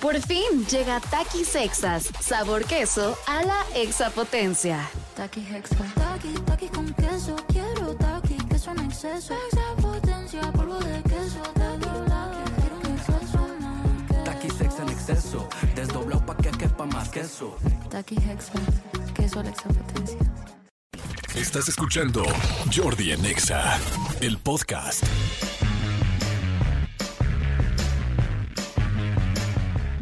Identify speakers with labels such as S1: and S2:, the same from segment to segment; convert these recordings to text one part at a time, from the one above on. S1: Por fin llega Taqui Sexas, sabor queso a la exapotencia.
S2: Taqui Hexa. Taqui, taqui con queso. Quiero taqui, queso en exceso. Extra potencia, polvo de queso. Taqui, taqui, quiero un exceso más.
S3: Taqui sex en exceso, desdoblado pa' que quepa más queso.
S2: Taqui Hexa. Queso a la extra potencia.
S4: Estás escuchando Jordi en Exa, el podcast.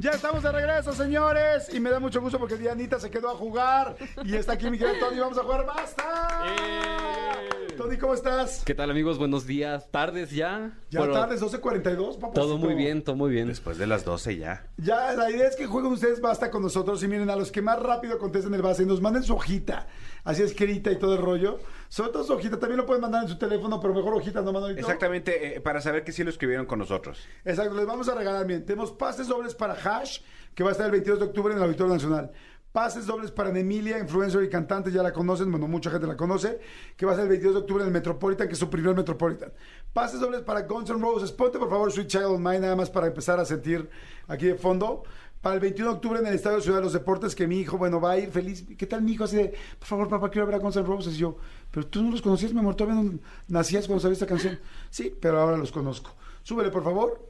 S5: Ya estamos de regreso, señores. Y me da mucho gusto porque Dianita se quedó a jugar. Y está aquí mi querido Tony. Vamos a jugar basta.
S6: Eh.
S5: Tony, ¿cómo estás?
S6: ¿Qué tal amigos? Buenos días, tardes ya.
S5: Ya
S6: Bueno,
S5: tardes, 12.42, papá.
S6: Todo muy bien, todo muy bien.
S7: Después de las 12 ya.
S5: Ya, la idea es que jueguen ustedes basta con nosotros. Y miren, a los que más rápido contesten el basta y nos manden su hojita, así escrita y todo el rollo. Sobre todo su hojita, también lo pueden mandar en su teléfono, pero mejor hojita no mandan.
S7: Exactamente, eh, para saber que sí lo escribieron con nosotros.
S5: Exacto, les vamos a regalar, miren, tenemos pases dobles para Hash, que va a estar el 22 de octubre en el Auditorio Nacional. Pases dobles para Emilia, influencer y cantante, ya la conocen, bueno, mucha gente la conoce, que va a ser el 22 de octubre en el Metropolitan, que es su primer Metropolitan. Pases dobles para Guns N' Roses, ponte por favor Sweet Child of Mine, nada más para empezar a sentir aquí de fondo. Para el 21 de octubre en el Estadio Ciudad de los Deportes, que mi hijo, bueno, va a ir feliz. ¿Qué tal mi hijo? Así de, por favor, papá, quiero ver a Guns N' Roses. Y yo, pero tú no los conocías, mi amor, todavía no nacías cuando sabías esta canción. Sí, pero ahora los conozco. Súbele, por favor.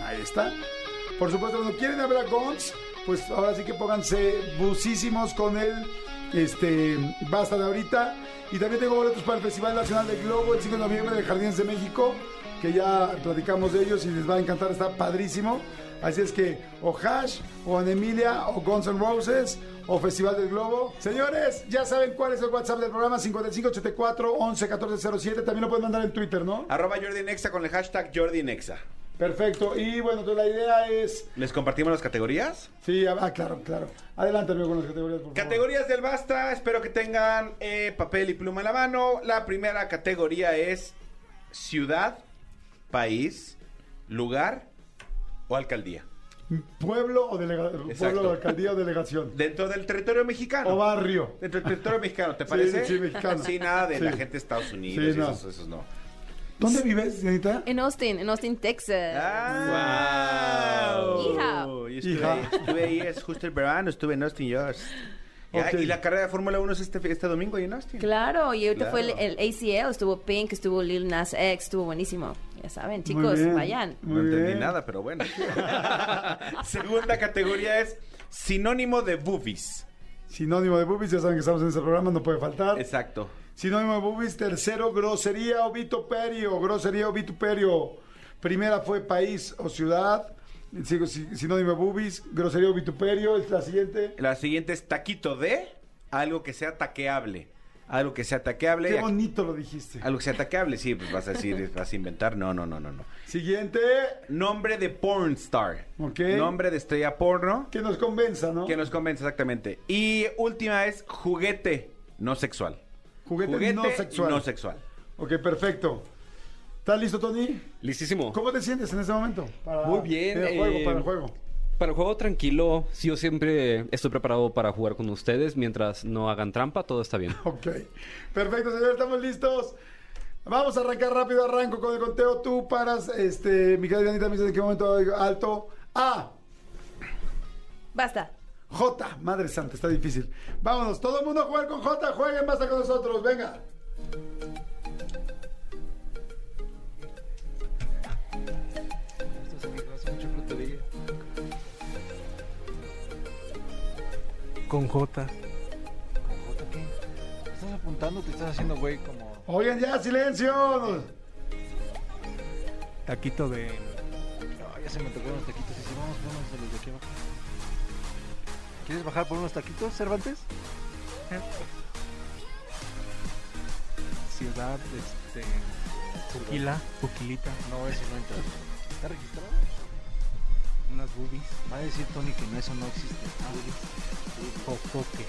S5: Ahí está. Por supuesto, cuando quieren hablar a Gons, pues ahora sí que pónganse busísimos con el este, basta de ahorita. Y también tengo boletos para el Festival Nacional del Globo el 5 de noviembre de Jardines de México, que ya platicamos de ellos y les va a encantar, está padrísimo. Así es que o Hash, o Anemilia, o Guns N' Roses, o Festival del Globo. Señores, ya saben cuál es el WhatsApp del programa 5584 111407. También lo pueden mandar en Twitter, ¿no?
S7: Arroba Jordi Nexa con el hashtag Jordi Nexa.
S5: Perfecto. Y bueno, entonces la idea es
S7: ¿Les compartimos las categorías?
S5: Sí, ah, claro, claro. Adelante, amigo, con las categorías, por favor.
S7: Categorías del Basta, espero que tengan eh, papel y pluma en la mano. La primera categoría es ciudad, país, lugar o alcaldía.
S5: Pueblo o delegación.
S7: Exacto.
S5: Pueblo, alcaldía o delegación.
S7: Dentro del territorio mexicano.
S5: O barrio.
S7: Dentro del territorio mexicano, ¿te
S5: Sí,
S7: parece?
S5: sí, mexicano.
S7: Sí, nada de la
S5: Sí.
S7: gente de Estados Unidos,
S5: Sí, no.
S7: esos, esos no.
S5: ¿Dónde vives, Dianita?
S8: En Austin, en Austin, Texas.
S7: ¡Wow!
S8: Hija.
S7: Yo estuve,
S5: Hija.
S7: ahí- estuve ahí, es justo el verano, estuve en Austin, George. Y,
S5: Ok.
S7: y la carrera de Fórmula 1 es este, este domingo ahí en Austin.
S8: Claro, y
S7: Claro.
S8: ahorita fue el, el ACL, estuvo Pink, estuvo Lil Nas X, estuvo buenísimo. Ya saben,
S5: Muy
S8: chicos,
S5: bien.
S8: vayan.
S7: No
S5: Muy
S7: entendí
S5: bien.
S7: nada, pero bueno. Segunda categoría es sinónimo de boobies.
S5: Sinónimo de boobies, ya saben que estamos en este programa, no puede faltar.
S7: Exacto.
S5: Sinónimo de boobies, tercero, grosería o vituperio. Grosería o vituperio. Primera fue país o ciudad. Sigo, si- Sinónimo de boobies, grosería o vituperio. Es la siguiente.
S7: La siguiente es taquito de algo que sea taqueable. Algo que sea taqueable.
S5: Qué
S7: Aquí-
S5: bonito lo dijiste.
S7: Algo que sea taqueable, sí, pues vas a decir, vas a inventar. No, no, no, no, no.
S5: Siguiente,
S7: Nombre de porn star.
S5: Ok.
S7: Nombre de estrella porno.
S5: que nos convenza, ¿no?
S7: Que nos convence, exactamente. Y última es juguete no sexual.
S5: Juguete, no sexual.
S7: no sexual.
S5: Ok, perfecto. ¿Estás listo, Tony?
S6: Listísimo.
S5: ¿Cómo te sientes en este momento? Para-
S6: Muy bien,
S5: Para el juego,
S6: eh,
S5: para el juego.
S6: Para el juego tranquilo, sí, yo siempre estoy preparado para jugar con ustedes. Mientras no hagan trampa, todo está bien.
S5: Ok. Perfecto, señores, estamos listos. Vamos a arrancar rápido, arranco con el conteo. Tú paras, este, mi querida Anita, me dices en qué momento alto. A,
S8: Basta.
S5: J, madre santa, está difícil. Vámonos, todo el mundo a jugar con J, jueguen, basta con nosotros, venga.
S9: Con J. ¿Con J qué? Estás apuntando, te estás haciendo güey como
S5: Oigan, ya, silencio.
S9: taquito de. No, ya se me tocaron los taquitos. Y si vamos por unos de los de aquí abajo. ¿Quieres bajar por unos taquitos, Cervantes? Ciudad, este. Puquila, Puquilita. No, eso no entra. ¿Está registrado? Unas boobies. Va a decir Tony que no, eso no existe. Boobies. Popoque.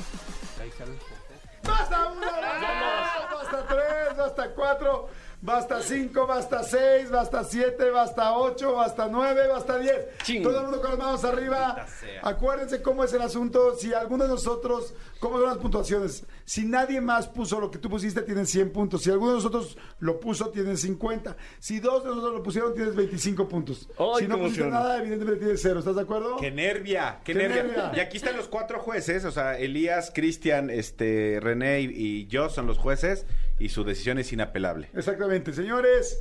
S9: Ahí sale el popoque.
S5: Basta uno, basta dos, basta tres, basta cuatro, Basta 5, basta 6, basta 7, basta 8, basta 9, basta 10.
S6: Ching.
S5: Todo el mundo con las manos arriba.
S7: Maldita sea.
S5: Acuérdense cómo es el asunto. Si alguno de nosotros, cómo son las puntuaciones. Si nadie más puso lo que tú pusiste, tienen 100 puntos. Si alguno de nosotros lo puso, tienen 50. Si dos de nosotros lo pusieron, tienes 25 puntos.
S6: Ay,
S5: si no
S6: qué
S5: pusiste
S6: emoción.
S5: nada, evidentemente tienes cero. ¿Estás de acuerdo?
S7: ¡Qué nervia! ¡Qué,
S5: ¡Qué
S7: nervia!
S5: nervia!
S7: Y aquí están los cuatro jueces, o sea, Elías, Cristian, este, René y, y yo son los jueces y su decisión es inapelable.
S5: Exactamente, señores.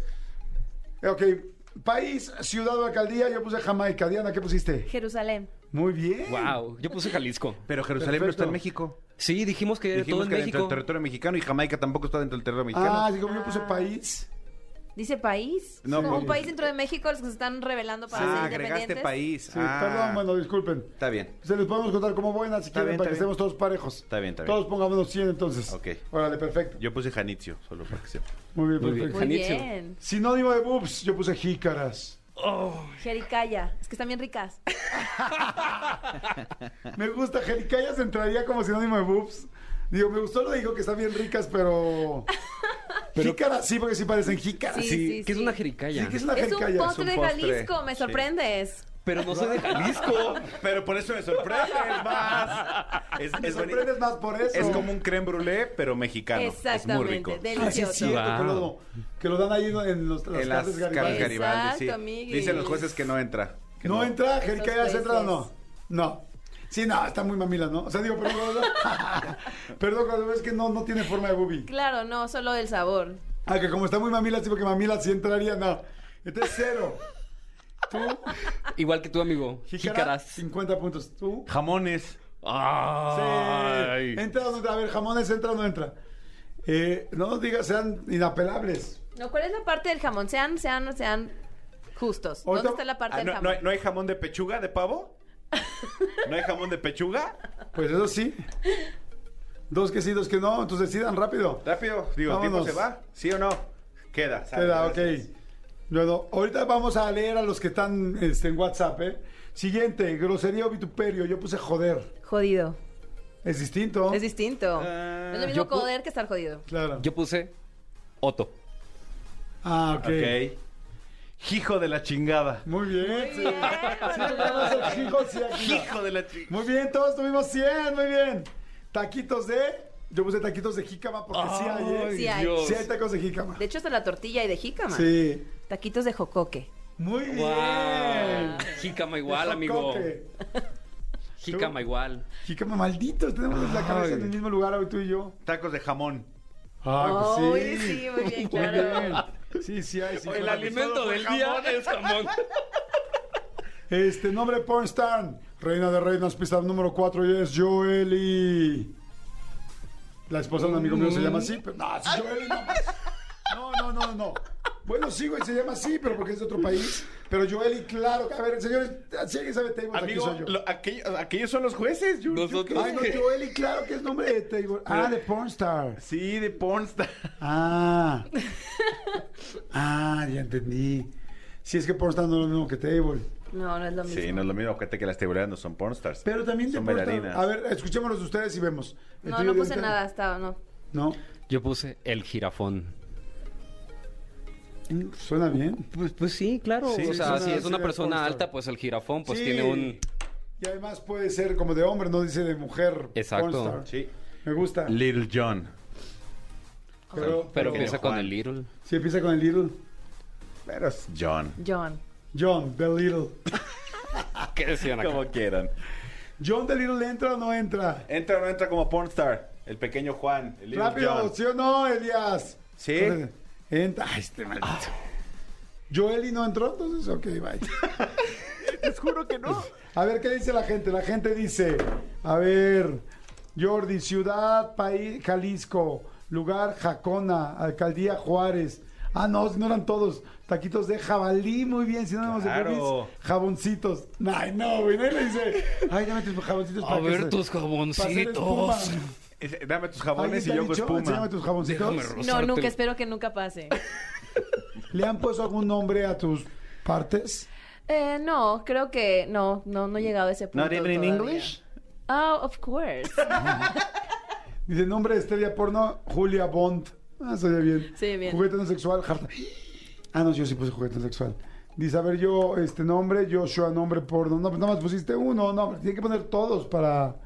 S5: Eh, Ok, país, ciudad o alcaldía, yo puse Jamaica. Diana, ¿qué pusiste?
S8: Jerusalén.
S5: Muy bien.
S6: Wow, yo puse Jalisco.
S7: Pero Jerusalén no está en
S5: Perfecto.
S7: México.
S6: Sí, dijimos que era todo
S7: Dijimos
S6: en
S7: que dentro del
S6: México.
S7: territorio mexicano y Jamaica tampoco está dentro del territorio mexicano.
S5: Ah, digo, yo puse país.
S8: ¿Dice país?
S7: No,
S8: Como un
S7: pues-
S8: país dentro de México, los que se están revelando para
S7: Ah,
S8: ser
S7: agregaste
S8: independientes.
S7: país.
S5: Sí,
S7: Ah,
S5: perdón, bueno, disculpen.
S7: Está bien.
S5: Se les podemos contar como buenas si
S7: Está
S5: quieren
S7: bien,
S5: para que
S7: está bien.
S5: estemos todos parejos.
S7: Está bien, está bien.
S5: Todos pongámonos 100 entonces.
S7: Ok.
S5: Órale, perfecto.
S7: Yo puse Janitzio, solo para que sepa.
S5: Muy bien,
S6: Muy bien.
S5: perfecto.
S8: Muy
S6: Janitzio.
S8: bien.
S5: Sinónimo de boobs, yo puse jícaras.
S8: Jericaya. Es que están bien ricas.
S5: Me gusta, jericayas entraría como sinónimo de boobs. Digo, me gustó lo de digo que están bien ricas, pero... Jícaras, sí, porque sí parecen jícaras.
S8: Sí,
S6: Sí,
S8: sí,
S6: que es
S8: sí.
S6: una jericaya.
S5: Sí, que es una
S8: Es un
S5: jericaya.
S8: postre de
S7: un postre.
S8: Jalisco. Me
S7: Sí.
S8: sorprendes.
S6: Pero no soy de Jalisco.
S7: Pero por eso me sorprendes más. Es,
S5: Me
S7: es boni-
S5: sorprendes más por eso.
S7: es como un creme brûlée, pero mexicano. Es muy rico.
S8: Exactamente.
S5: Ah, sí, es
S8: Delicioso.
S5: cierto, que, lo,
S6: Wow.
S5: que lo dan ahí en, los, las
S7: en las
S5: tardes
S7: Carlos
S5: Garibaldi.
S8: Exacto,
S7: Garibaldi, sí.
S8: amiguis.
S7: Dicen los jueces que no entra. que
S5: No entra, jericayas
S8: Los
S5: entra o no.
S8: jueces.
S5: No. Sí, no, está muy mamila, ¿no? O sea, digo, perdón, cuando- perdón, cuando ves que no, no tiene forma de boobie.
S8: Claro, no, solo el sabor.
S5: Ah, que como está muy mamila, sí, porque mamila sí entraría, no. Entonces, cero. Tú,
S6: Igual que tú, amigo.
S5: jícara,
S6: Jícaras.
S5: 50 puntos. Tú.
S7: Jamones.
S5: Sí.
S6: Ay.
S5: Entra o no entra. A ver, jamones, entra o no entra. Eh, no nos digas, sean inapelables.
S8: No, ¿cuál es la parte del jamón? Sean, sean, sean justos.
S5: Ahorita-
S8: ¿Dónde está la parte
S7: Ah,
S8: del
S7: no,
S8: jamón?
S7: no hay, no hay jamón de pechuga de pavo? ¿No hay jamón de pechuga?
S5: Pues eso sí. Dos que sí, dos que no. Entonces decidan rápido.
S7: Rápido, digo,
S5: Vámonos.
S7: ¿el tiempo se va? ¿Sí o no? Queda. sale,
S5: Espera, ok.
S7: gracias.
S5: Luego, ahorita vamos a leer a los que están este, en WhatsApp, ¿eh? Siguiente, grosería o vituperio. Yo puse joder.
S8: Jodido.
S5: Es distinto.
S8: Es distinto.
S7: Ah,
S8: no es lo
S6: yo
S8: mismo
S6: pu-
S8: joder que estar jodido.
S5: Claro.
S6: Yo puse Otto.
S5: Ah, ok.
S7: Ok. Hijo de la chingada.
S5: Muy bien. sí.
S8: bien,
S5: Sí, ganamos el hijo, sí, aquí.
S7: Hijo de la chingada.
S5: Muy bien, todos tuvimos 100. Muy bien. Taquitos de. Yo puse taquitos de jícama porque sí hay, ¿eh?
S6: Ay,
S8: Sí hay.
S6: Dios.
S5: Sí hay tacos de jícama.
S8: De hecho, hasta la tortilla y de jícama.
S5: Sí.
S8: Taquitos de jocoque.
S5: Muy bien.
S6: Wow. Jícama igual, amigo.
S5: Jocoque.
S6: Jícama igual.
S5: Jícama, malditos. Tenemos la cabeza en el mismo lugar hoy tú y yo.
S7: Tacos de jamón.
S5: Ah, pues
S8: Ay, sí, muy bien,
S5: Muy
S8: claro.
S5: bien. Sí, sí hay. sí.
S6: El alimento del día es jamón.
S5: Este, nombre pornstar. Reina de reinas, pista número 4 y es Joely. La esposa de un amigo mío se llama así, pero no, es Joely no. No, no, no, no. Bueno, sí, güey, se llama así, pero porque es de otro país. Pero Joely, claro. que- A ver, señores, si alguien sabe tables,
S7: Amigo,
S5: aquí soy yo.
S7: lo- aquello- aquellos son los jueces. yo- yo-
S6: Nosotros.
S5: Ay, no, Joely, claro que es nombre de table. Ah, de pornstar.
S7: Sí, de Pornstar.
S5: Ah. Ah, ya entendí. Si es que pornstar no es lo mismo que table.
S8: No, no es lo mismo.
S7: Sí, no es lo mismo. Acuérdate que las tiburonas no son pornstars.
S5: Pero también de
S7: son
S5: pornstar-
S7: bailarinas.
S5: A ver, escuchémonos ustedes y vemos. El
S8: No,
S5: tuyo,
S8: no
S5: Diana.
S8: puse nada, estaba, no.
S5: No.
S6: Yo puse el jirafón.
S5: Mm, Suena bien.
S6: Pues, pues sí, claro.
S5: Sí,
S6: o
S5: sí,
S6: sea,
S5: es una-
S6: si
S5: es
S6: es una
S5: una
S6: persona
S5: pornstar.
S6: alta, pues el jirafón, pues
S5: Sí.
S6: tiene un.
S5: Y además puede ser como de hombre, no dice de mujer.
S6: Exacto.
S5: pornstar.
S7: Sí.
S5: Me gusta.
S7: Little John.
S5: Pero,
S6: Pero
S5: pero
S6: empieza con
S7: Juan.
S6: el Little.
S5: si empieza con el little.
S7: Pero es John.
S8: John.
S5: John, the little.
S6: ¿Qué decían acá?
S7: Como quieran.
S5: John, the little, ¿entra o no entra?
S7: Entra o no entra como pornstar. El pequeño Juan. El Little
S5: Rápido,
S7: John.
S5: ¿sí o no, Elías?
S7: Sí.
S5: Entra. Ay, este maldito. Joeli no entró, entonces, ok, bye.
S7: Les juro que no.
S5: A ver, ¿qué dice la gente? La gente dice, a ver, Jordi, ciudad, país, Jalisco, lugar, Jacona, alcaldía, Juárez. Ah, no, si no eran todos. Taquitos de jabalí, muy bien, si no éramos
S7: Claro.
S5: de Pubis, jaboncitos. Ay, no, güey, nadie le dice, ay, dame tus jaboncitos
S6: A
S5: para que
S6: ver
S5: se-
S6: tus
S5: para hacer espuma".
S6: jaboncitos.
S7: Es- Dame tus
S5: ¿Alguien
S7: jabones
S5: te
S7: y
S5: ha
S7: yo hago
S5: dicho? Enséñame
S7: espuma.
S5: tus jaboncitos.
S6: Déjame ro-
S8: No,
S6: Rosarte.
S8: nunca, espero que nunca pase.
S5: ¿Le han puesto algún nombre a tus partes?
S8: Eh, no, creo que no, no, no he llegado a ese punto.
S7: Not even in
S8: todavía.
S7: English?
S8: Oh, of course.
S5: Dice, nombre de estrella porno, Julia Bond. Ah, se oye bien.
S8: Se oye bien.
S5: Juguete no sexual, jarta. Ah, no, yo sí puse juguete no sexual. Dice, a ver, yo, este nombre, Joshua, nombre porno. No, pues nada más pusiste uno, no, tiene que poner todos para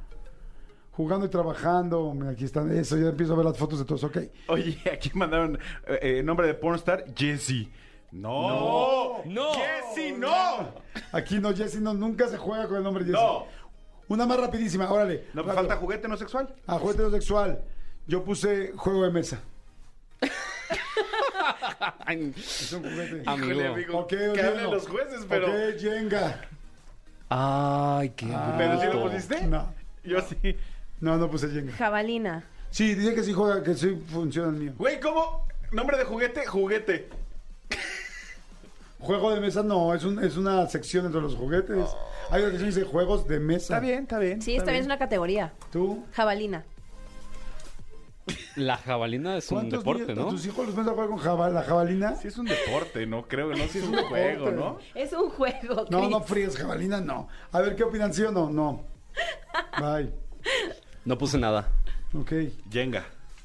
S5: jugando y trabajando. Mira, Aquí están, eso, ya empiezo a ver las fotos de todos, ok.
S7: Oye, aquí mandaron eh, eh, nombre de pornstar, Jesse. No,
S6: No.
S7: Jesse, no.
S5: Aquí no, Jesse, no, nunca se juega con el nombre Jesse.
S7: No.
S5: Una más rapidísima, órale.
S7: No,
S5: Rápido.
S7: pues falta juguete no sexual.
S5: A Ah, juguete no sexual, yo puse juego de mesa.
S6: Ay,
S5: Es un juguete.
S6: Amigo.
S7: Híjole, amigo.
S5: Ok,
S7: que
S5: Oriano.
S7: hablen los jueces, pero.
S5: Ok, Jenga.
S6: Ay, qué
S7: ¿Pero sí
S6: gusto.
S7: lo pusiste?
S5: No,
S7: Yo sí.
S5: no, no puse Jenga.
S8: Jabalina.
S5: Sí, dice que sí juega, que sí funciona el mío.
S7: Güey, ¿cómo? Nombre de juguete, juguete.
S5: Juego de mesa no, es, un, es una sección dentro de los juguetes. Hay una sección que dice juegos de mesa.
S7: Está bien, está bien.
S8: Sí, está bien, es una categoría.
S5: ¿Tú?
S8: Jabalina.
S6: La jabalina es un
S5: ¿Cuántos
S6: deporte,
S5: niños- a
S6: ¿no?
S5: ¿Tus hijos los pones a jugar con jaba- la jabalina?
S7: Sí es un deporte, no creo, no sí es un
S5: un
S7: juego,
S5: deporte.
S7: ¿no?
S8: Es un juego.
S5: No,
S8: Chris.
S5: no fríes, jabalina no. A ver, ¿qué opinan? ¿Sí o no? No. Bye.
S6: No puse nada.
S5: Ok.
S7: Jenga.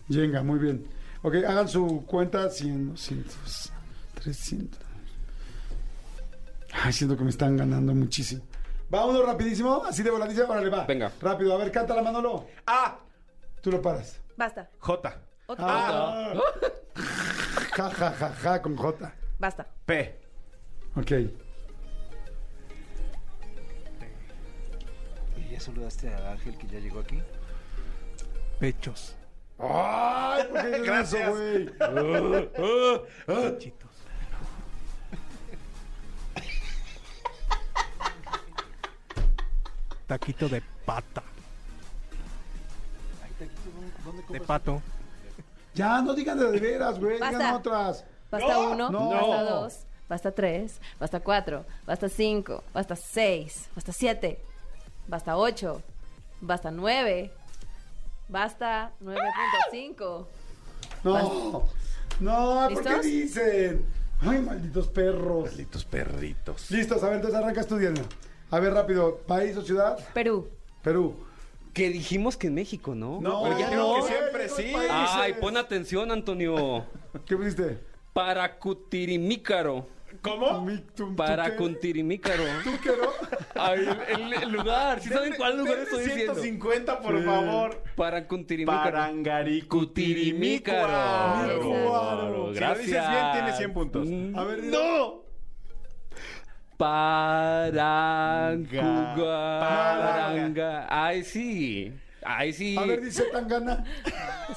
S5: Jenga, muy bien. Ok, hagan su cuenta 100, 200, 300. Ay, siento que me están ganando muchísimo. Vámonos rapidísimo, así de voladilla, órale, va.
S6: Venga.
S5: Rápido, a ver, cántala, Manolo.
S7: A.
S5: Tú lo paras.
S8: Basta.
S7: J.
S8: Otro.
S5: Ah. Ja, ja, ja, ja, con J.
S8: Basta.
S7: P.
S5: Ok.
S9: Y ya saludaste a Ángel que ya llegó aquí. Pechos.
S5: ¡Ay, por qué dices
S7: Gracias.
S5: eso, güey!
S9: Pechitos. Taquito de pata. De pato.
S5: Ya, no digan de de veras, güey. Digan
S8: Basta.
S5: otras.
S8: Basta uno,
S5: No.
S8: basta dos, basta tres, basta cuatro, basta cinco, basta seis, basta siete, basta ocho, basta nueve, basta 9.5.
S5: No. No, ¿por qué
S8: ¿Listos?
S5: dicen? Ay, malditos perros.
S7: Malditos perritos.
S5: Listos, a ver, entonces arrancas tú, Diana. A ver, rápido. ¿País o ciudad?
S8: Perú,
S5: Perú.
S6: Que dijimos que en México, ¿no?
S7: No, pero
S5: ya
S7: dijeron
S5: no.
S7: que siempre
S5: Ya
S7: sí.
S5: dijo el país.
S6: Ay, pon atención, Antonio.
S5: ¿Qué pusiste?
S6: Paracutirimícaro.
S7: ¿Cómo?
S5: Mi- tú- tú qué-
S6: Paracutirimícaro.
S5: ¿Tú qué no?
S6: Ay, el, el lugar. ¿Sí saben cuál lugar estoy diciendo?
S7: 150, por favor.
S6: Paracutirimícaro.
S7: Parangaricutirimícaro.
S5: Micuaro.
S7: Si lo dices bien, tiene 100 puntos.
S6: Mm.
S5: A ver, dilo.
S7: ¡No!
S6: Paranga.
S7: Paranga.
S6: Paranga. Ay, sí. Ay, sí.
S5: A ver, dice Tangana.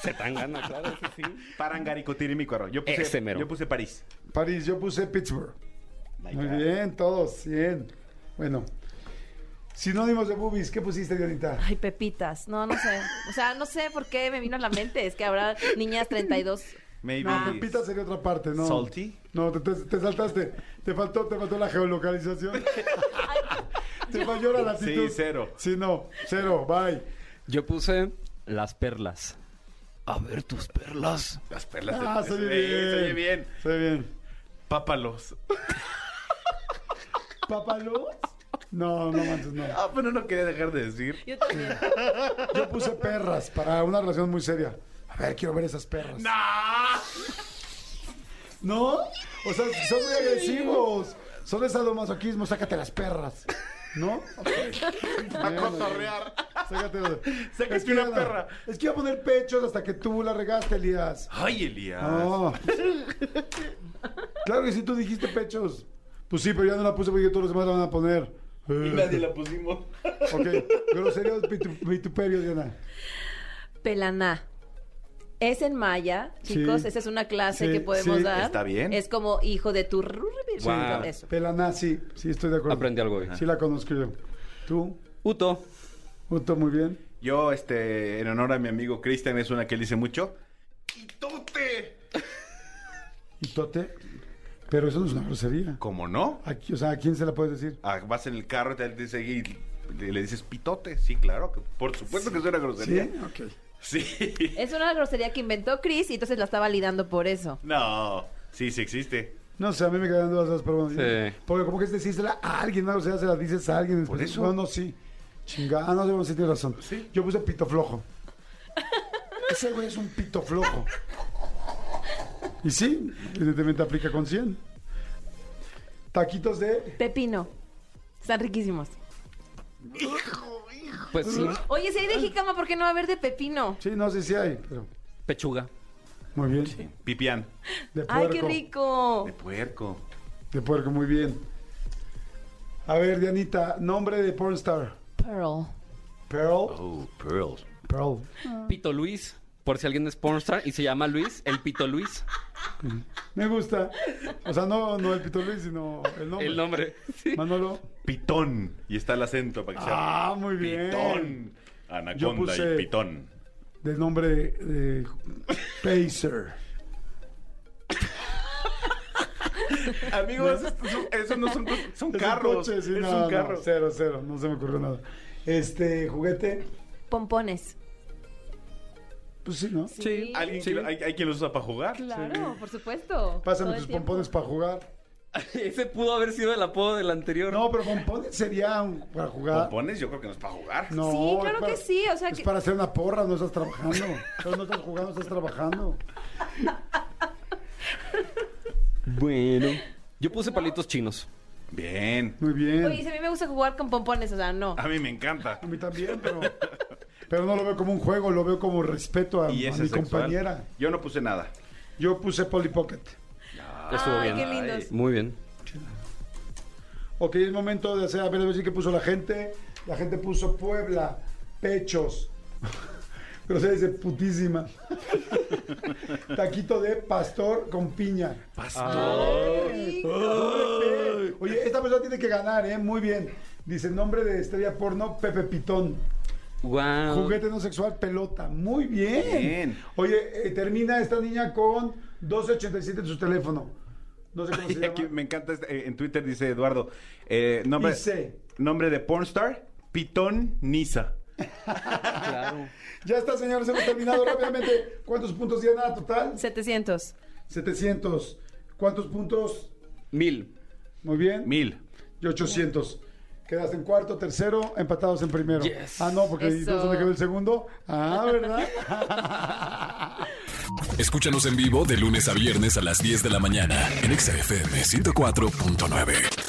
S6: Se tan gana, claro, eso sí.
S7: Parangaricutirimícaro. Yo puse,
S6: Ese mero.
S7: yo puse París.
S5: París, yo puse Pittsburgh.
S7: My
S5: Muy
S7: God.
S5: bien, todos, 100. Bueno. Sinónimos de boobies, ¿qué pusiste, Dianita?
S8: ay, pepitas, no, no sé. O sea, no sé por qué me vino a la mente, es que habrá niñas 32.
S7: Maybe.
S5: No, Pepita sería otra parte, ¿no?
S7: Salty.
S5: No, te, te- te saltaste. Te faltó, te faltó la geolocalización. te falló la latitud.
S7: Sí, cero.
S5: Sí, no, cero, bye.
S6: Yo puse las perlas. A ver tus perlas.
S7: Las perlas.
S5: Ah,
S7: de-
S5: se oye bien.
S7: Sí, Se oye bien.
S5: Se oye bien.
S7: Pápalos.
S5: ¿Papalos? No, no manches, no.
S7: Ah, pero no quería dejar de decir.
S8: Yo también.
S5: Yo puse perras para una relación muy seria. A ver, quiero ver esas perras.
S7: ¡No!
S5: ¿No? O sea, son muy agresivos. Son de sadomasoquismo, sácate las perras. ¿No?
S7: A cotorrear.
S5: Sácate las
S7: Sácate
S5: que
S7: una
S5: iba a-
S7: perra.
S5: Es que iba a poner pechos hasta que tú la regaste, Elías.
S7: Ay, Elías.
S5: No. claro que sí, tú dijiste pechos. Pues sí, pero ya no la puse porque todos los demás la van a poner.
S7: Y nadie la pusimos.
S5: Ok, grosería o vitu- vituperio, Diana.
S8: Pelaná. Es en maya, chicos.
S5: Sí.
S8: Esa es una clase
S5: Sí,
S8: que podemos
S5: sí.
S8: dar.
S7: Está bien.
S8: Es como hijo de tu. rrr-
S6: Wow.
S8: Eso.
S5: Pelaná, sí, sí, estoy de acuerdo.
S6: Aprendí algo hoy.
S5: Sí, la conozco yo. Tú,
S6: Uto.
S5: Uto, muy bien.
S7: Yo, este, en honor a mi amigo Cristian, es una que él dice mucho. ¡Quitote!
S5: Y Tote. Pero eso no es una grosería.
S7: ¿Cómo no?
S5: Aquí, o sea, ¿a quién se la puedes decir?
S7: Ah, vas en el carro y te dice y le, le dices pitote. Sí, claro. que- por supuesto que es una
S5: ¿Sí?
S7: grosería.
S5: Ok.
S7: Sí.
S8: Es una grosería que inventó Chris y entonces la está validando por eso.
S7: No. Sí, sí existe.
S5: No sé, a mí me quedan dudas esas preguntas.
S6: Sí.
S5: Porque como que es decírsela a alguien, no, o sea, se la dices a alguien.
S7: Por eso.
S5: No, no, sí. Chingada, ah, no sé, bueno, sí tienes razón. Yo puse pito flojo. Ese güey es un pito flojo. Y sí, evidentemente aplica con 100. Taquitos de.
S8: Pepino. Están riquísimos.
S6: Pues sí,
S8: Oye, si hay de jícama, ¿por qué no va a haber de pepino?
S5: Sí, no sé si hay, pero.
S6: pechuga.
S5: Muy bien.
S7: Pipián.
S5: De puerco.
S8: ¡Ay, qué rico!
S7: De puerco.
S5: De puerco, muy bien. A ver, Dianita, nombre de pornstar.
S8: Pearl.
S5: Pearl.
S7: Oh, pearls.
S5: Pearl.
S6: Pito Luis, por si alguien es pornstar y se llama Luis, el Pito Luis.
S5: Me gusta. O sea, no, no el Pito Luis, sino el nombre.
S6: El nombre. Sí.
S5: Manolo.
S7: Pitón. Y está el acento para que sea.
S5: Ah, muy bien.
S7: Pitón. Anaconda
S5: Yo puse-
S7: y pitón.
S5: Del nombre de, de Pacer.
S7: Amigos, esos no son, son
S5: Es un coche, sí, no, no, cero, cero. No se me ocurrió nada. Este, juguete.
S8: Pompones.
S5: Pues sí, ¿no?
S8: Sí.
S7: ¿Alguien que lo- hay, hay quien los usa para jugar?
S8: Claro, por supuesto.
S5: Pásame
S8: Todo
S5: tus
S8: el tiempo.
S5: pompones para jugar.
S6: Ese pudo haber sido el apodo del anterior.
S5: No, pero pompones sería un- para jugar.
S7: Pompones, yo creo que no es para jugar.
S5: No,
S8: Sí,
S5: es
S8: claro
S5: para-
S8: que sí, o sea
S5: es
S8: que-
S5: para hacer una porra, no estás trabajando. Pero no estás jugando, estás trabajando.
S6: Bueno. Yo puse palitos chinos.
S7: Bien.
S5: Muy bien.
S8: Oye, si a mí me gusta jugar con pompones, o sea, no.
S7: A mí me encanta.
S5: A mí también, pero, pero no lo veo como un juego, lo veo como respeto a,
S7: Y
S5: a
S7: ese
S5: mi
S7: es sexual.
S5: compañera.
S7: Yo no puse nada.
S5: Yo puse Polly Pocket.
S6: Estuvo
S8: Ay,
S6: bien.
S8: qué lindos.
S6: Muy bien.
S5: Ok, es momento de hacer, a ver, a ver si qué puso la gente. La gente puso Puebla, pechos. Pero se dice putísima. Taquito de pastor con piña. Doble
S8: Ay,
S5: P. Oye, esta persona tiene que ganar, ¿eh? Muy bien. Dice, nombre de estrella porno, Pepe Pitón.
S6: Wow.
S5: Juguete no sexual, pelota. Muy bien.
S7: Ah. Bien.
S5: Oye, eh, termina esta niña con 1287 en su teléfono. No sé cómo se
S7: Y aquí
S5: llama.
S7: me encanta, este- eh, en Twitter dice Eduardo, eh, nombre,
S5: Dice.
S7: nombre de pornstar, Pitón Nisa.
S6: Claro.
S5: Ya está, señores, hemos terminado rápidamente. ¿Cuántos puntos tiene nada total?
S8: 700.
S5: 700. ¿Cuántos puntos?
S6: Mil.
S5: Muy bien.
S7: Mil.
S5: Y 800. Quedas en cuarto, tercero, empatados en primero.
S6: Yes.
S5: Ah, no, porque
S8: Eso.
S5: entonces me quedó el segundo. Ah, ¿verdad?
S4: Escúchanos en vivo de lunes a viernes a las 10 de la mañana en Exa FM 104.9.